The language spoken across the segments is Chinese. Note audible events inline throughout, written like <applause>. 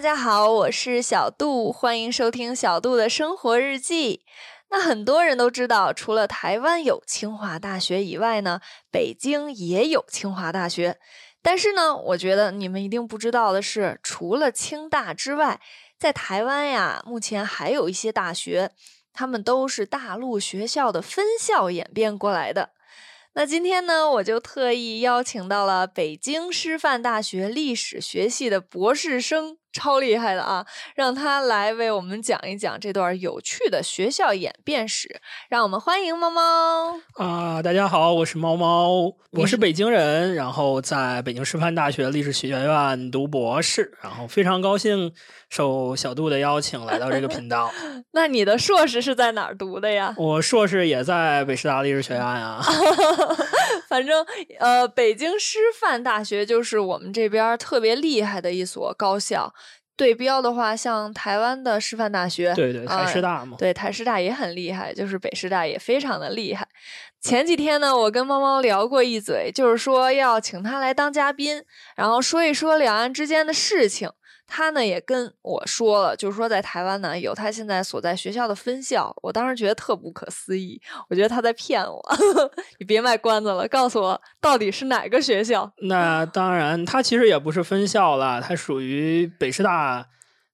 家好，我是小杜，欢迎收听小杜的生活日记。那很多人都知道，除了台湾有清华大学以外呢，北京也有清华大学。但是呢，我觉得你们一定不知道的是，除了清大之外，在台湾呀，目前还有一些大学，他们都是大陆学校的分校演变过来的。那今天呢，我就特意邀请到了北京师范大学历史学系的博士生，超厉害的啊！让他来为我们讲一讲这段有趣的学校演变史。让我们欢迎猫猫。啊，大家好，我是猫猫，你我是是北京人，然后在北京师范大学历史学院读博士，然后非常高兴受小杜的邀请来到这个频道。那你的硕士是在哪儿读的呀？ <laughs> 我硕士也在北师大历史学院啊，反正呃，北京师范大学就是我们这边儿特别厉害的一所高校。对标的话，像台湾的师范大学，对对，啊台师大嘛，对，台师大也很厉害，就是北师大也非常的厉害。前几天呢，我跟猫猫聊过一嘴，就是说要请他来当嘉宾，然后说一说两岸之间的事情。他呢也跟我说了，就是说在台湾呢有他现在所在学校的分校，我当时觉得特不可思议，我觉得他在骗我。 <laughs> 你别卖关子了，告诉我到底是哪个学校？那当然，它其实也不是分校了，它属于北师大。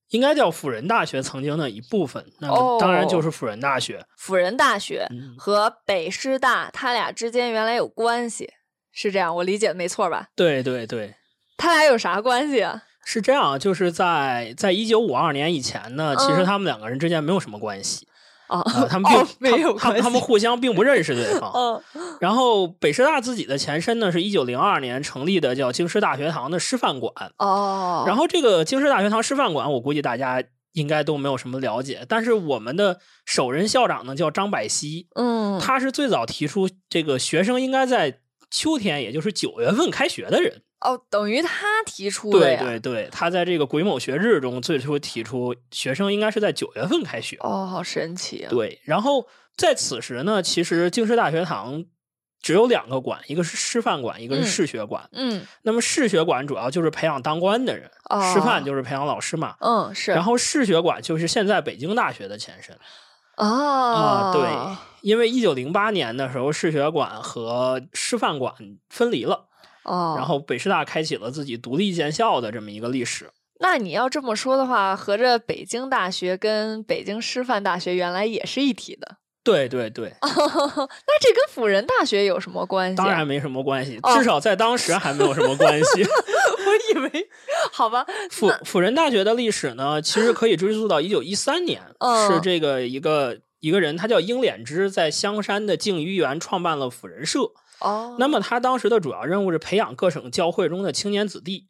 应该叫辅仁大学曾经的一部分，那么当然就哦是辅仁大学。辅仁大学嗯，和北师大，他俩之间原来有关系，是这样，我理解的没错吧？对对对，他俩有啥关系啊？是这样，就是在在一九五二年以前呢，其实嗯他们两个人之间没有什么关系，哦啊，他们并、哦没有他关们系，他们互相并不认识对方。嗯然后北师大自己的前身呢，是一九零二年成立的，叫京师大学堂的师范馆。哦，然后后这个京师大学堂师范馆，我估计大家应该都没有什么了解，但是我们的首任校长呢叫张百熙，嗯，他是最早提出这个学生应该在秋天，也就是九月份开学的人。哦，等于他提出的对呀，对对，他在这个癸卯学制中最初提出，学生应该是在九月份开学。哦，好神奇啊，对，然后在此时呢，其实京师大学堂只有两个馆，一个是师范馆，一个嗯是士学馆。嗯那么士学馆主要就是培养当官的人，师哦范就是培养老师嘛。嗯是，然后后士学馆就是现在北京大学的前身哦啊、啊对，因为一九零八年的时候，士学馆和师范馆分离了，哦，然后北师大开启了自己独立建校的这么一个历史。那你要这么说的话，合着北京大学跟北京师范大学原来也是一体的， <laughs> 对对对，那这跟辅仁大学有什么关系？啊当然，没什么关系，哦至少在当时还没有什么关 <laughs> 系。我以为，好吧，辅辅仁大学的历史呢，其实可以追溯到一九一三年，嗯是这个一个一个人，他叫英敛之，在香山的净鱼园创办了辅仁社。哦，那么他当时的主要任务是培养各省教会中的青年子弟，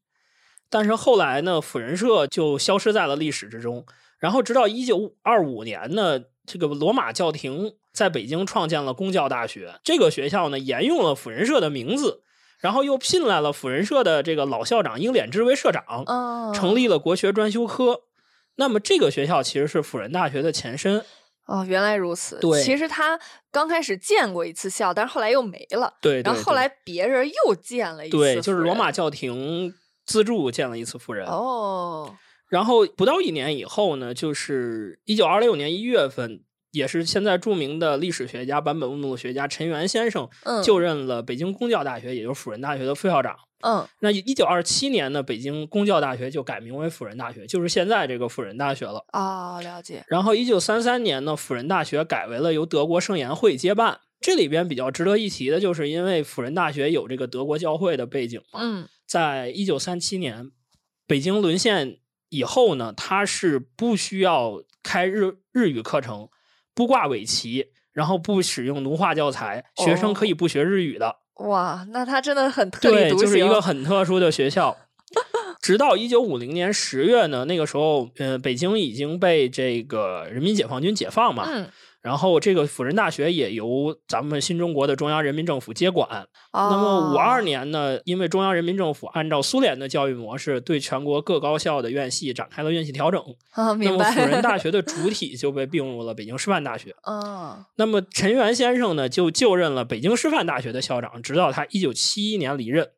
但是后来呢，辅仁社就消失在了历史之中。然后直到一九二五年呢，这个罗马教廷在北京创建了公教大学，这个学校呢沿用了辅仁社的名字，然后又聘来了辅仁社的这个老校长英敛之为社长。嗯，成立了国学专修科。那么这个学校其实是辅仁大学的前身，哦，原来如此。对其实他刚开始建过一次校，但是后来又没了。对然后后来别人又建了一次辅仁，对，就是罗马教廷资助建了一次辅仁。哦，然后不到一年以后呢，就是一九二六年一月份，也是现在著名的历史学家、版本物理学家陈元先生嗯，就任了北京公教大学，也就是辅仁大学的副校长。嗯，那一九二七年呢，北京公教大学就改名为辅仁大学，就是现在这个辅仁大学了。哦，了解，然后，一九三三年呢，辅仁大学改为了由德国圣言会接办。这里边比较值得一提的就是，因为辅仁大学有这个德国教会的背景嘛，嗯，在一九三七年北京沦陷以后呢，它是不需要开日日语课程，不挂尾旗，然后不使用奴化教材，学生可以不学日语的。哇，那他真的很特立对，哦独行，就是一个很特殊的学校。 <laughs> 直到一九五零年十月呢，那个时候，呃，北京已经被这个人民解放军解放嘛，嗯，然后这个辅仁大学也由咱们新中国的中央人民政府接管。哦、那么五二，年呢，因为中央人民政府按照苏联的教育模式，对全国各高校的院系展开了院系调整。啊，那明么白，辅 <laughs> 仁大学的主体就被并入了北京师范大学。嗯，那么陈元先生呢，就就任了北京师范大学的校长，直到他一九七一年离任。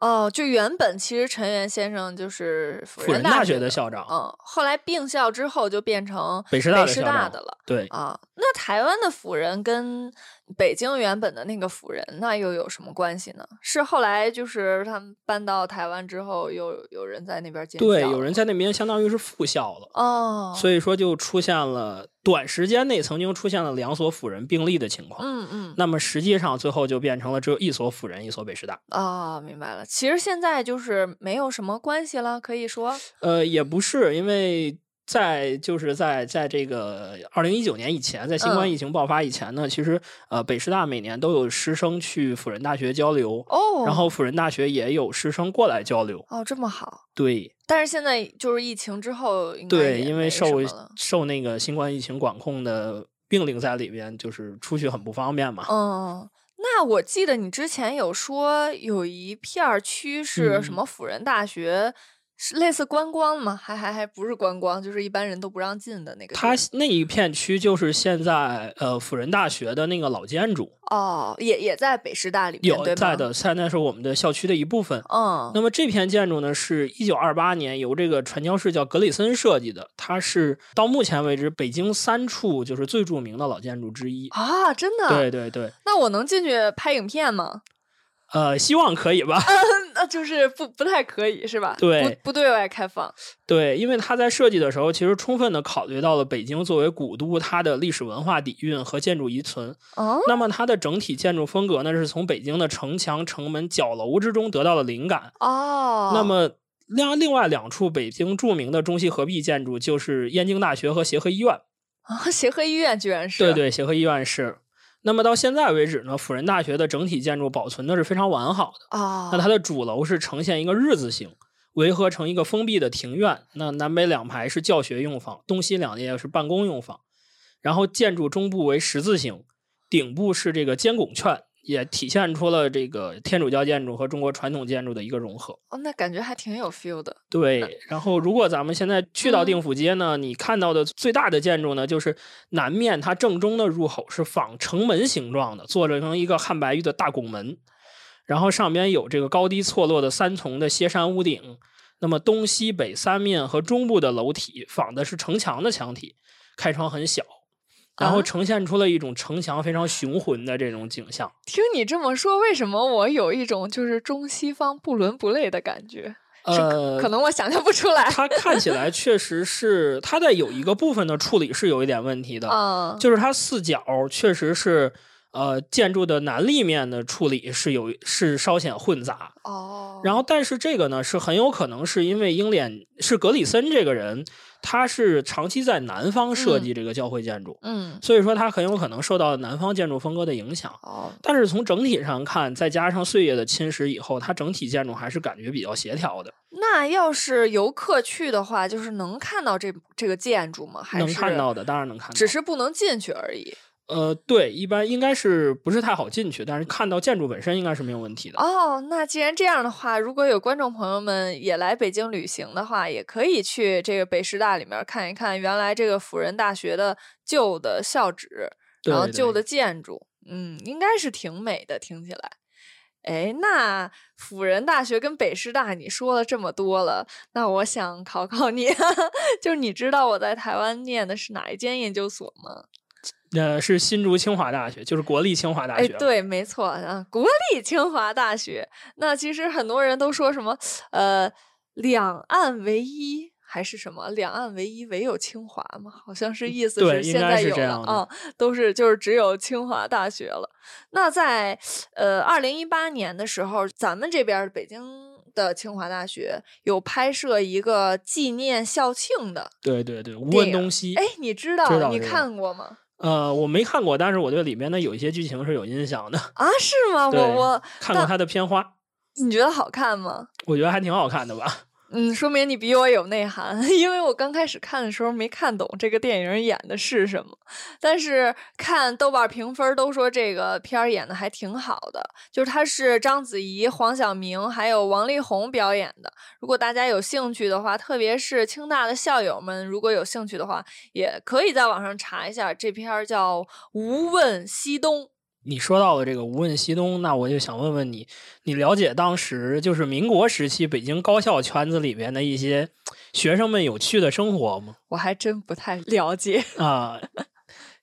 哦，就原本其实陈元先生就是辅辅仁大大学的校校长，嗯，后来并校之后就变成北师大的北师校大长的了对，啊。那台湾的辅仁跟北京原本的那个辅仁那又有什么关系呢？是后来就是他们搬到台湾之后，又有人在那边建对，校有了人在那边相当于是复校了，哦，所以说就出现了短时间内曾经出现了两所辅仁并立的情况。嗯嗯，那么实际上最后就变成了只有一所辅仁，一所北师大。哦，明白了。其实现在就是没有什么关系了，可以说，呃，也不是，因为在就是在在这个二零一九年以前，在新冠嗯疫情爆发以前呢，其实呃北师大每年都有师生去辅仁大学交流，哦，然后辅仁大学也有师生过来交流。哦这么好，对但是现在就是疫情之后应该对，也因为没什受么了受那个新冠疫情管控的病令在里边，就是出去很不方便嘛。嗯，那我记得你之前有说有一片儿区是什嗯么辅仁大学，是类似观光吗？还还还不是观光，就是一般人都不让进的那个地它儿。那一片区就是现在呃辅仁大学的那个老建筑哦，也也在北师大里面，有对在吗。的，现在是我们的校区的一部分。嗯那么这片建筑呢，是一九二八年由这个传教士叫格里森设计的，它是到目前为止北京三处就是最著名的老建筑之一。啊，真的？对对对，那我能进去拍影片吗？ <laughs> 呃，希望可以吧？啊那就是不不太可以是吧？对不不对外开放。 <laughs> 对，因为它在设计的时候，其实充分的考虑到了北京作为古都它的历史文化底蕴和建筑遗存。哦，那么它的整体建筑风格呢，是从北京的城墙、城门、角楼之中得到了灵感。哦，那么另另外两处北京著名的中西合璧建筑，就是燕京大学和协和医院。啊， <laughs> 协和医院居然是对对，协和医院是。那么到现在为止呢，辅仁大学的整体建筑保存的是非常完好的。哦，那它的主楼是呈现一个日字形，围合成一个封闭的庭院。那南北两排是教学用房，东西两列是办公用房。然后建筑中部为十字形，顶部是这个尖拱券，也体现出了这个天主教建筑和中国传统建筑的一个融合。哦，那感觉还挺有 feel 的。对，然后如果咱们现在去到嗯定府街呢，你看到的最大的建筑呢，就是南面它正中的入口是仿城门形状的，做成一个汉白玉的大拱门，然后上边有这个高低错落的三重的歇山屋顶，那么东西北三面和中部的楼体仿的是城墙的墙体，开窗很小。然啊后呈现出了一种城墙非常雄浑的这种景象，听你这么说，为什么我有一种就是中西方不伦不类的感觉？是呃，可能我想象不出来。它看起来确实是它在有一个部分的处理是有一点问题的，啊，就是它四角确实是，呃，建筑的南立面的处理是有是稍显混杂。哦，然后，但是这个呢，是很有可能是因为英脸是格里森这个人，他是长期在南方设计这个教会建筑，嗯，所以说他很有可能受到南方建筑风格的影响。哦，但是从整体上看，再加上岁月的侵蚀以后，它整体建筑还是感觉比较协调的，那要是游客去的话，就是能看到这这个建筑吗？还是能看到的，当然能看到。只是不能进去而已。呃，对，一般应该是不是太好进去，但是看到建筑本身应该是没有问题的。哦，那既然这样的话，如果有观众朋友们也来北京旅行的话，也可以去这个北师大里面看一看，原来这个辅仁大学的旧的校址，对然后对旧的建筑，嗯，应该是挺美的，听起来。哎，那辅仁大学跟北师大，你说了这么多了，那我想考考你， <laughs> 就是你知道我在台湾念的是哪一间研究所吗？呃，是新竹清华大学，就是国立清华大哎，学。，对，没错，啊，国立清华大学。那其实很多人都说什么，呃，两岸唯一还是什么？两岸唯一，唯有清华嘛？好像是意思嗯对是应现该在是有这了样的啊、都是就是只有清华大学了。那在呃二零一八年的时候，咱们这边儿北京。的清华大学有拍摄一个纪念校庆的，对对对，吴电问影东西。哎，你知道？知道你知道看过吗？ <laughs> 呃，我没看过，但是我对里面的有一些剧情是有印 <laughs> 象的，啊，是吗？对我我，看过它的片花，你觉得好看吗？我觉得还挺好看的吧。 <laughs> 嗯，说明你比我有内涵， <laughs> 因为我刚开始看的时候没看懂这个电影演的是什么，但是看豆瓣评分都说这个片儿演的还挺好的，就是它是章子怡、黄晓明还有王力宏表演的。如果大家有兴趣的话，特别是清大的校友们，如果有兴趣的话，也可以在网上查一下，这片儿叫《无问西东》。你说到了这个无问西东，那我就想问问你，你了解当时就是民国时期北京高校圈子里边的一些学生们有趣的生活吗？我还真不太了解。 <laughs> 啊、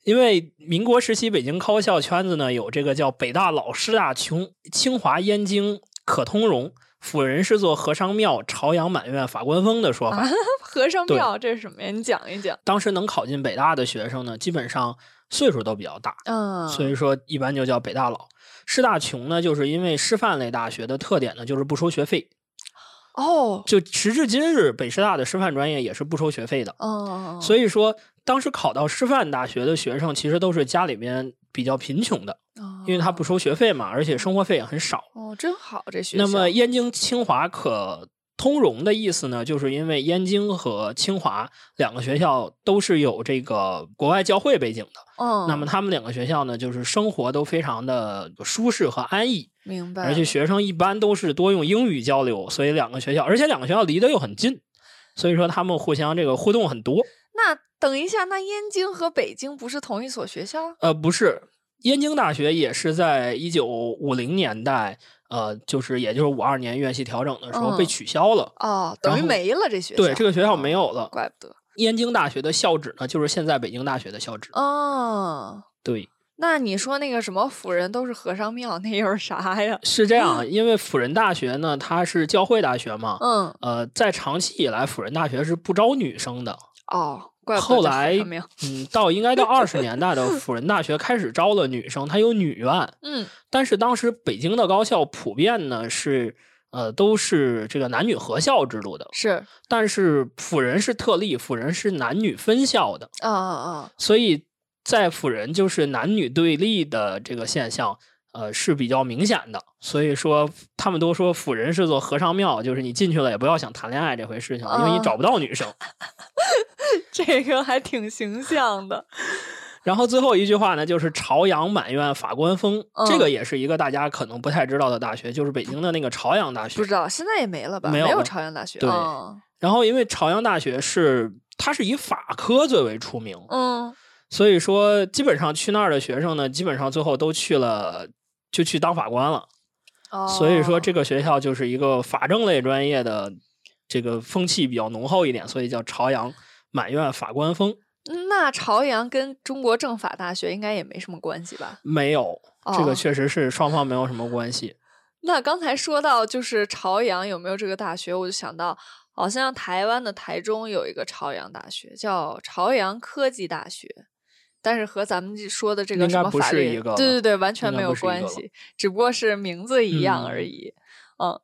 因为民国时期北京高校圈子呢，有这个叫北大老师大琼、清华燕京可通融、辅仁是座和尚庙、朝阳满院法官风的说法。啊和尚对庙这是什么呀？你讲一讲。当时能考进北大的学生呢，基本上岁数都比较大，嗯，所以说一般就叫北大佬。师大琼呢，就是因为师范类大学的特点呢，就是不收学费。哦，就时至今日，北师大的师范专业也是不收学费的。嗯，所以说，当时考到师范大学的学生，其实都是家里边比较贫穷的，以因为他不收学费嘛，而且生活费也很少。哦，真好这学校。那么，燕京清华可通融的意思呢，就是因为燕京和清华两个学校都是有这个国外教会背景的，嗯，那么他们两个学校呢，就是生活都非常的舒适和安逸，明白，而且学生一般都是多用英语交流，所以两个学校，而且两个学校离得又很近，所以说他们互相这个互动很多。那等一下，那燕京和北京不是同一所学校？呃，不是，燕京大学也是在一九五零年代，呃，就是也就是五二年院系调整的时候被嗯取消了。哦，等于然后没了这学校。对，这个学校没有了。怪不得。燕京大学的校址呢，就是现在北京大学的校址。哦，对，那你说那个什么辅仁都是和尚庙，那又是啥呀？是这样，因为辅仁大学呢，它是教会大学嘛，嗯，呃，在长期以来，辅仁大学是不招女生的。哦，怪不得后叫和来尚庙，嗯，到应该到二十年 <laughs> 代的辅仁大学开始招了女生，它有女院，嗯，但是当时北京的高校普遍呢是呃都是这个男女合校制度的，是，但是辅仁是特例，辅仁是男女分校的，啊啊啊，所以在辅仁就是男女对立的这个现象。呃，是比较明显的，所以说他们都说辅仁是座和尚庙，就是你进去了也不要想谈恋爱这回事情了，因为你啊找不到女生。这个还挺形象 <laughs> 的。然后最后一句话呢，就是朝阳满院法官风，嗯这个也是一个大家可能不太知道的大学，就是北京的那个朝阳大学不。知道现在也没了吧？没有有了朝阳大学。对嗯然后因为朝阳大学是它是以法科最为出名，嗯，所以说基本上去那儿的学生呢，基本上最后都去了。就去当法官了，哦，所以说这个学校就是一个法政类专业的，这个风气比较浓厚一点，所以叫朝阳满院法官风。哦嗯那朝阳跟中国政法大学应该也没什么关系吧？没有，这哦个确实是双方没有什么关系。那刚才说到就是朝阳有没有这个大学，我就想到好像台湾的台中有一个朝阳大学，叫朝阳科技大学，但是和咱们这说的这个应什该么不法是律一个对对对，完应全该没不有是一个关了系，只不过是名字一样而嗯已。嗯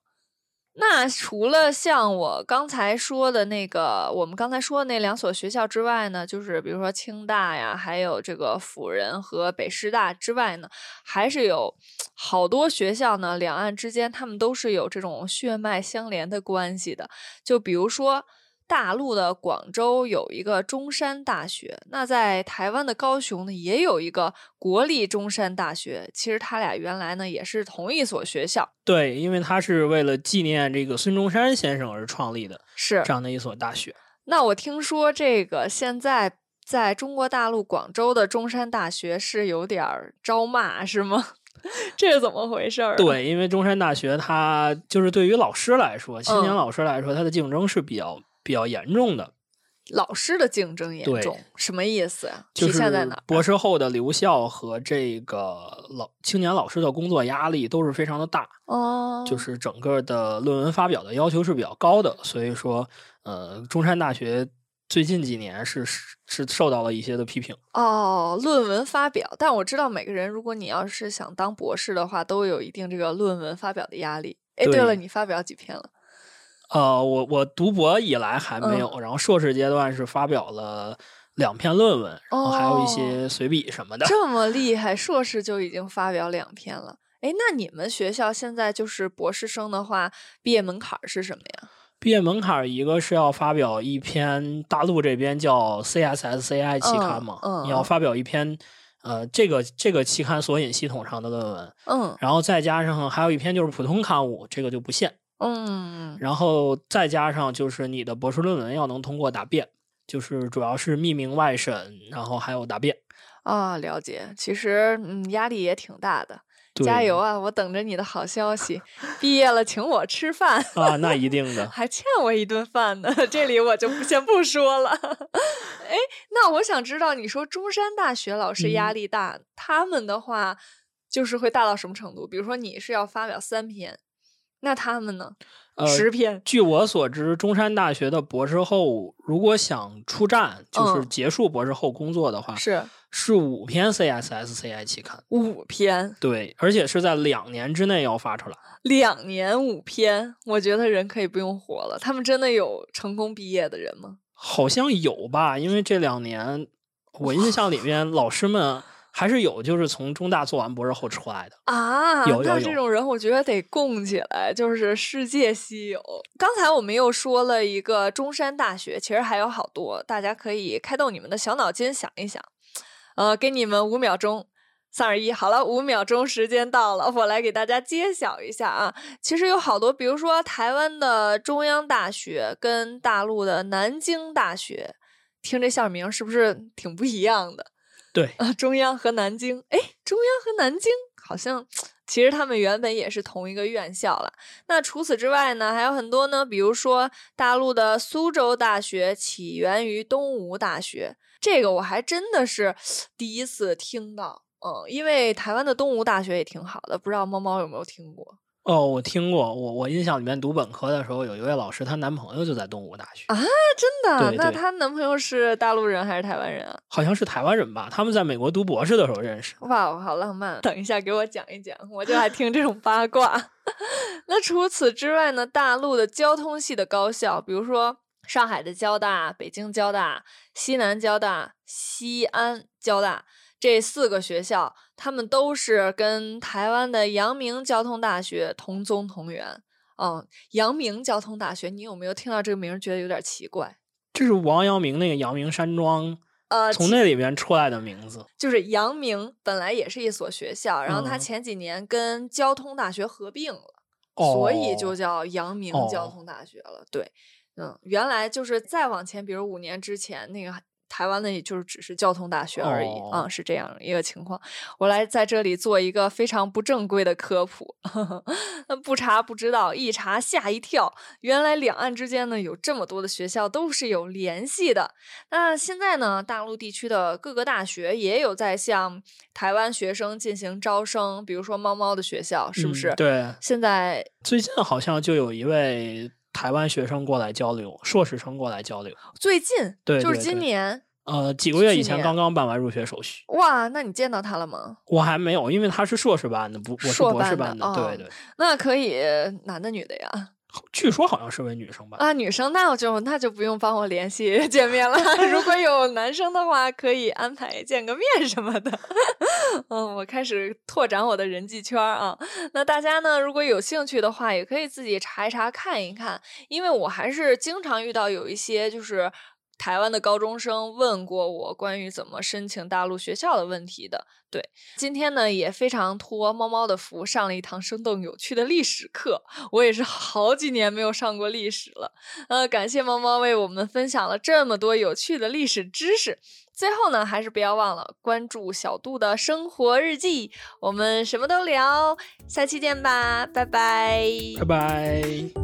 那除了像我刚才说的那个，我们刚才说的那两所学校之外呢，就是比如说清大呀，还有这个辅仁和北师大之外呢，还是有好多学校呢，两岸之间他们都是有这种血脉相连的关系的。就比如说大陆的广州有一个中山大学，那在台湾的高雄呢也有一个国立中山大学。其实它俩原来呢也是同一所学校，对，因为它是为了纪念这个孙中山先生而创立的是这样的一所大学。那我听说这个现在在中国大陆广州的中山大学是有点儿招骂，是吗？ <laughs> 这是怎么回事儿、，对，因为中山大学它就是对于老师来说，青年嗯老师来说，它的竞争是比较比较严重的，老师的竞争严对重，什么意思啊？就体现在是哪儿？博士后的留校和这个老青年老师的工作压力都是非常的大，哦，就是整个的论文发表的要求是比较高的，所以说，呃，中山大学最近几年是是是受到了一些的批评。哦，论文发表。但我知道每个人，如果你要是想当博士的话，都有一定这个论文发表的压力。哎，对了，对你发表几篇了？呃，我我读博以来还嗯没有，然后硕士阶段是发表了两篇论文，然后还哦有一些随笔什么的。这么厉害，硕士就已经发表两篇了。哎，那你们学校现在就是博士生的话，毕业门槛儿是什么呀？毕业门槛儿一个是要发表一篇大陆这边叫 CSSCI 期刊嘛，嗯嗯你要发表一篇呃这个这个期刊索引系统上的论文，嗯然后再加上还有一篇就是普通刊物，这个就不限，嗯，然后再加上就是你的博士论文要能通过答辩，就是主要是匿名外审，然后还有答辩。啊、了解。其实，嗯，压力也挺大的。对加油啊！我等着你的好消息。毕业了，请我吃饭，啊，那一定的。还欠我一顿饭呢。这里我就不先不说了。 <laughs> 哎，那我想知道，你说中山大学老师压嗯力大，他们的话就是会大到什么程度？比如说你是要发表三篇，那他们呢？<laughs> 呃，十篇据我所知，中山大学的博士后如果想出站，就是嗯结束博士后工作的话，是是五篇 CSS CI 期刊。五篇，对，而且是在两年之内要发出来。两年五篇，我觉得人可以不用活了。他们真的有成功毕业的人吗？好像有吧，因为这两年我印象里面老师们还是有，就是从中大做完博士后出来的。啊，有那有这有种人我觉得得供起来，就是世界稀有。刚才我们又说了一个中山大学，其实还有好多，大家可以开动你们的小脑筋想一想。呃，给你们五秒钟，三二一，好了，五秒钟时间到了，我来给大家揭晓一下啊。其实有好多，比如说台湾的中央大学跟大陆的南京大学，听这校名是不是挺不一样的？对，啊，中央和南京，哎，中央和南京好像，其实他们原本也是同一个院校了。那除此之外呢，还有很多呢，比如说大陆的苏州大学起源于东吴大学，这个我还真的是第一次听到。嗯，因为台湾的东吴大学也挺好的，不知道猫猫有没有听过哦，我听过，我我印象里面读本科的时候，有一位老师，她男朋友就在东吴大学，啊真的？对那对她男朋友是大陆人还是台湾人啊？好像是台湾人吧？他们在美国读博士的时候认识。哇哦，好浪漫！等一下给我讲一讲，我就爱听这种八卦。 <laughs> 那除此之外呢，大陆的交通系的高校，比如说上海的交大、北京交大、西南交大、西安交大这四个学校，他们都是跟台湾的阳明交通大学同宗同源。哦，阳明交通大学，你有没有听到这个名儿觉得有点奇怪？这是王阳明那个阳明山庄呃，从那里面出来的名字。就是阳明本来也是一所学校，然后它嗯前几年跟交通大学合并了，哦，所以就叫阳明交哦通大学了。对，嗯，原来就是再往前，比如五年之前那个。台湾的也就是只是交通大学而已啊、哦是这样一个情况。我来在这里做一个非常不正规的科普， <laughs> 不查不知道，一查吓一跳。原来两岸之间呢有这么多的学校都是有联系的，那现在呢，大陆地区的各个大学也有在向台湾学生进行招生，比如说猫猫的学校，是不嗯是？对，现在最近好像就有一位台湾学生过来交流，硕士生过来交流。最近，对就是对今对年，呃，几个月去以前年啊刚刚办完入学手续，哇，那你见到他了吗？我还没有，因为他是硕士班的，不，我是硕博士班班的的。哦对对，那可以，呃男的女的呀？据说好像是位女生吧？啊，女生那我就那就不用帮我联系 <laughs> 见面了。如果有男生的话，可以安排见个面什么的。 <laughs> 嗯，我开始拓展我的人际圈儿啊。那大家呢，如果有兴趣的话，也可以自己查一查看一看，因为我还是经常遇到有一些就是台湾的高中生问过我关于怎么申请大陆学校的问题的。对，今天呢也非常托猫猫的福上了一堂生动有趣的历史课，我也是好几年没有上过历史了。呃，感谢猫猫为我们分享了这么多有趣的历史知识。最后呢，还是不要忘了关注小杜的生活日记，我们什么都聊，下期见吧，拜拜拜拜。